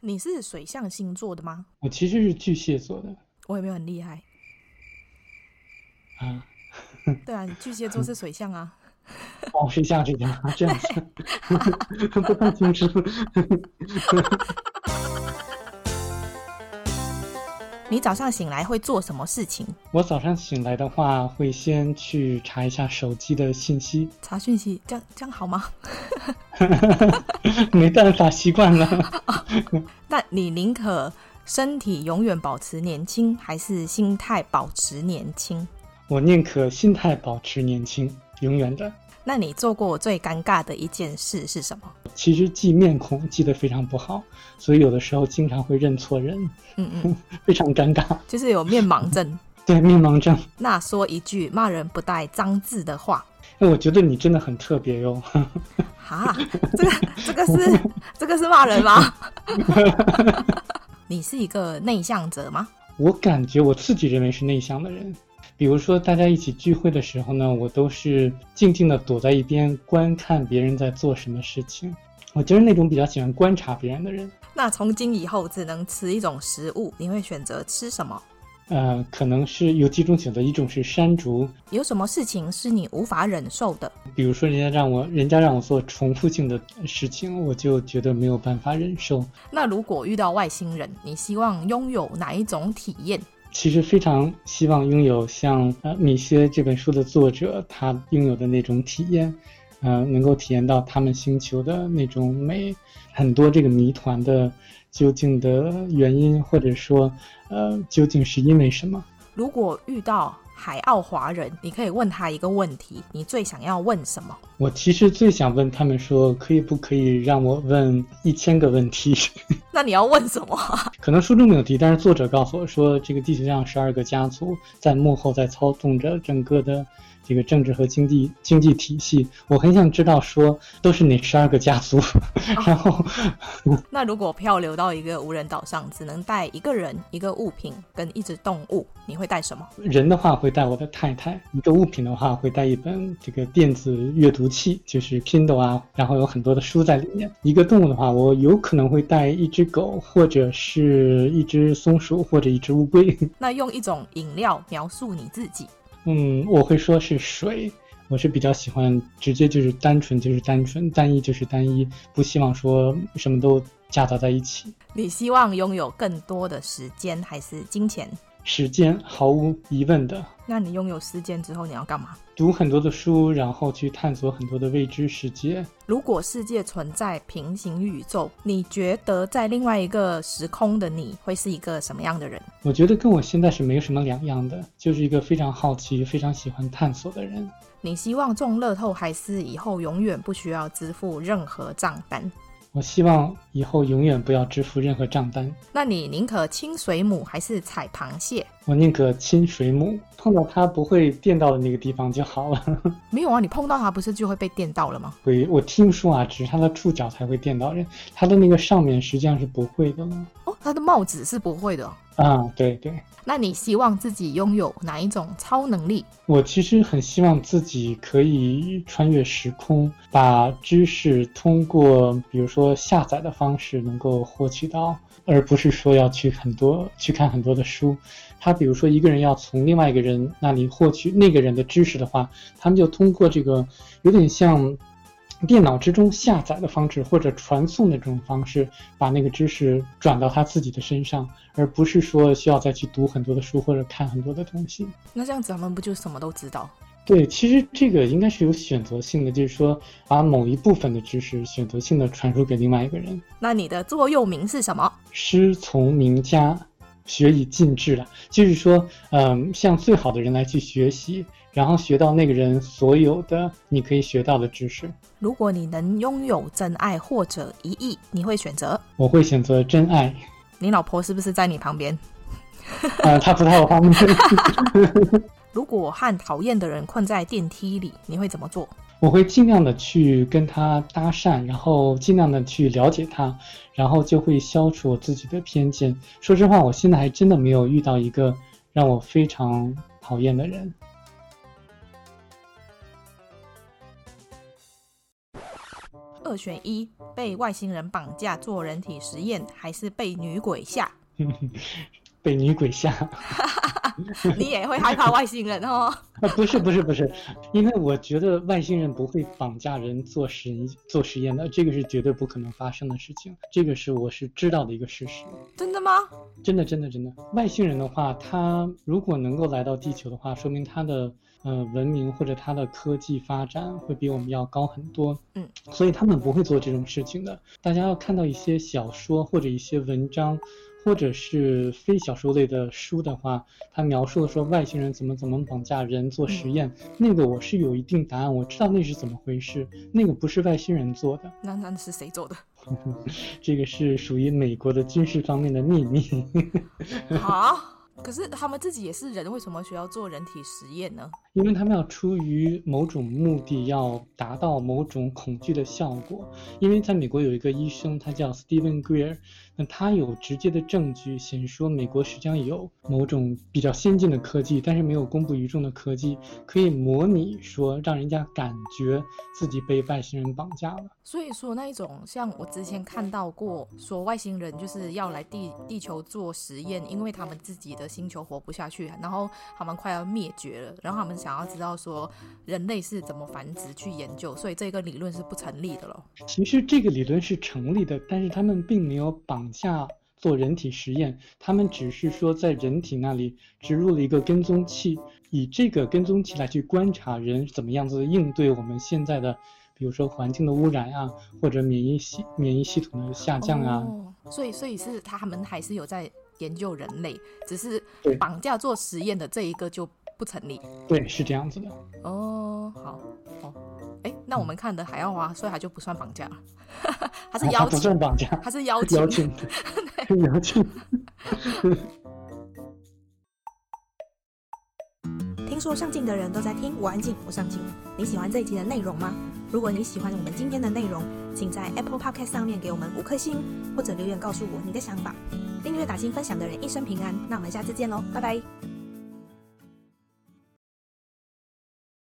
你是水象星座的吗？我其实是巨蟹座的我有没有很厉害？啊，对啊，你巨蟹座是水象啊。哦，是这样，是这样，这样是不太清楚。你早上醒来会做什么事情？ 我早上醒来的话，会先去查一下手机的信息，查讯息，这样这样好吗？ 没办法，习惯了。那你宁可身体永远保持年轻，还是心态保持年轻？我宁可心态保持年轻，永远的。那你做过最尴尬的一件事是什么？其实记面孔记得非常不好，所以有的时候经常会认错人，嗯嗯，非常尴尬。就是有面盲症。对，面盲症。那说一句骂人不带脏字的话，哎，我觉得你真的很特别哟。哈，这个这个是这个是骂人吗？ 你是一个内向者吗？我感觉我自己认为是内向的人，比如说大家一起聚会的时候呢，我都是静静的躲在一边观看别人在做什么事情。我就是那种比较喜欢观察别人的人，那从今以后只能吃一种食物，你会选择吃什么？呃，可能是有几种选择，一种是山竹，有什么事情是你无法忍受的？比如说人家让我人家让我做重复性的事情，我就觉得没有办法忍受。那如果遇到外星人，你希望拥有哪一种体验？其实非常希望拥有像呃米歇这本书的作者他拥有的那种体验，呃，能够体验到他们星球的那种美，很多这个谜团的究竟的原因，或者说呃究竟是因为什么？如果遇到海澳华人，你可以问他一个问题：你最想要问什么？我其实最想问他们说，可以不可以让我问一千个问题？那你要问什么？ 可能书中没有提，但是作者告诉我说，这个地球上十二个家族在幕后在操纵着整个的这个政治和经济经济体系。我很想知道说都是哪十二个家族， 然后那如果漂流到一个无人岛上，只能带一个人、一个物品跟一只动物，你会带什么？人的话会带我的太太，一个物品的话会带一本这个电子阅读器，就是 Kindle 啊，然后有很多的书在里面。一个动物的话，我有可能会带一只狗，或者是一只松鼠，或者一只乌龟。那用一种饮料描述你自己。嗯，我会说是水。我是比较喜欢直接就是单纯就是单纯，单一就是单一，不希望说什么都夹杂在一起。你希望拥有更多的时间还是金钱？时间毫无疑问的，那你拥有时间之后，你要干嘛？读很多的书，然后去探索很多的未知世界。如果世界存在平行宇宙，你觉得在另外一个时空的你会是一个什么样的人？我觉得跟我现在是没什么两样的，就是一个非常好奇、非常喜欢探索的人。你希望中乐透，还是以后永远不需要支付任何账单？我希望以后永远不要支付任何账单，那你宁可亲水母还是踩螃蟹？我宁可亲水母，碰到它不会电到的那个地方就好了。没有啊，你碰到它不是就会被电到了吗？会，我听说啊，只是它的触角才会电到人，它的那个上面实际上是不会的了。哦，它的帽子是不会的哦、啊，对对，那你希望自己拥有哪一种超能力？我其实很希望自己可以穿越时空，把知识通过比如说下载的方式能够获取到，而不是说要去很多去看很多的书。他比如说一个人要从另外一个人那里获取那个人的知识的话，他们就通过这个有点像电脑之中下载的方式或者传送的这种方式，把那个知识转到他自己的身上，而不是说需要再去读很多的书或者看很多的东西。那这样子他们不就什么都知道？对，其实这个应该是有选择性的，就是说把某一部分的知识选择性的传输给另外一个人。那你的座右铭是什么？师从名家，学以尽致了，就是说，嗯，向最好的人来去学习，然后学到那个人所有的你可以学到的知识。如果你能拥有真爱或者一亿，你会选择？我会选择真爱，你老婆是不是在你旁边？啊、他不太有画面。如果和讨厌的人困在电梯里，你会怎么做？我会尽量的去跟他搭讪，然后尽量的去了解他，然后就会消除我自己的偏见。说实话，我现在还真的没有遇到一个让我非常讨厌的人。二选一：被外星人绑架做人体实验，还是被女鬼吓？被女鬼吓。 你也会害怕外星人哦？啊，不是不是不是，因为我觉得外星人不会绑架人做实做实验的，这个是绝对不可能发生的事情，这个是我是知道的一个事实。真的吗？真的真的真的，外星人的话，他如果能够来到地球的话，说明他的呃文明或者他的科技发展会比我们要高很多。嗯，所以他们不会做这种事情的。大家要看到一些小说或者一些文章。或者是非小说类的书的话，它描述的说外星人怎么怎么绑架人做实验，那个我是有一定答案，我知道那是怎么回事，那个不是外星人做的，那那是谁做的？ 这个是属于美国的军事方面的秘密。啊？可是他们自己也是人，为什么需要做人体实验呢？因为他们要出于某种目的，要达到某种恐惧的效果。因为在美国有一个医生，他叫 Stephen Greer，那他有直接的证据显示说，美国实际上有某种比较先进的科技，但是没有公布于众的科技，可以模拟说让人家感觉自己被外星人绑架了。所以说那一种像我之前看到过，说外星人就是要来地地球做实验，因为他们自己的星球活不下去，啊然后他们快要灭绝了，然后他们想要知道说人类是怎么繁殖去研究，所以这个理论是不成立的咯。其实这个理论是成立的，但是他们并没有绑架做人体实验，他们只是说在人体那里植入了一个跟踪器，以这个跟踪器来去观察人怎么样子应对我们现在的，比如说环境的污染啊，或者免疫系免疫系统的下降啊。哦，所以所以是他们还是有在研究人类，只是对绑架做实验的这一个就不成立。对，是这样子的。哦，好，哦，哎，那我们看的还要花，所以他就不算绑架了，他是邀哦不请，算绑架，他是邀邀请。 请， 邀请。听说上镜的人都在听，我安静，我上镜。你喜欢这一集的内容吗？如果你喜欢我们今天的内容，请在 Apple Podcast 上面给我们五颗星，或者留言告诉我你的想法。订阅、打新、分享的人一生平安。那我们下次见喽，拜拜。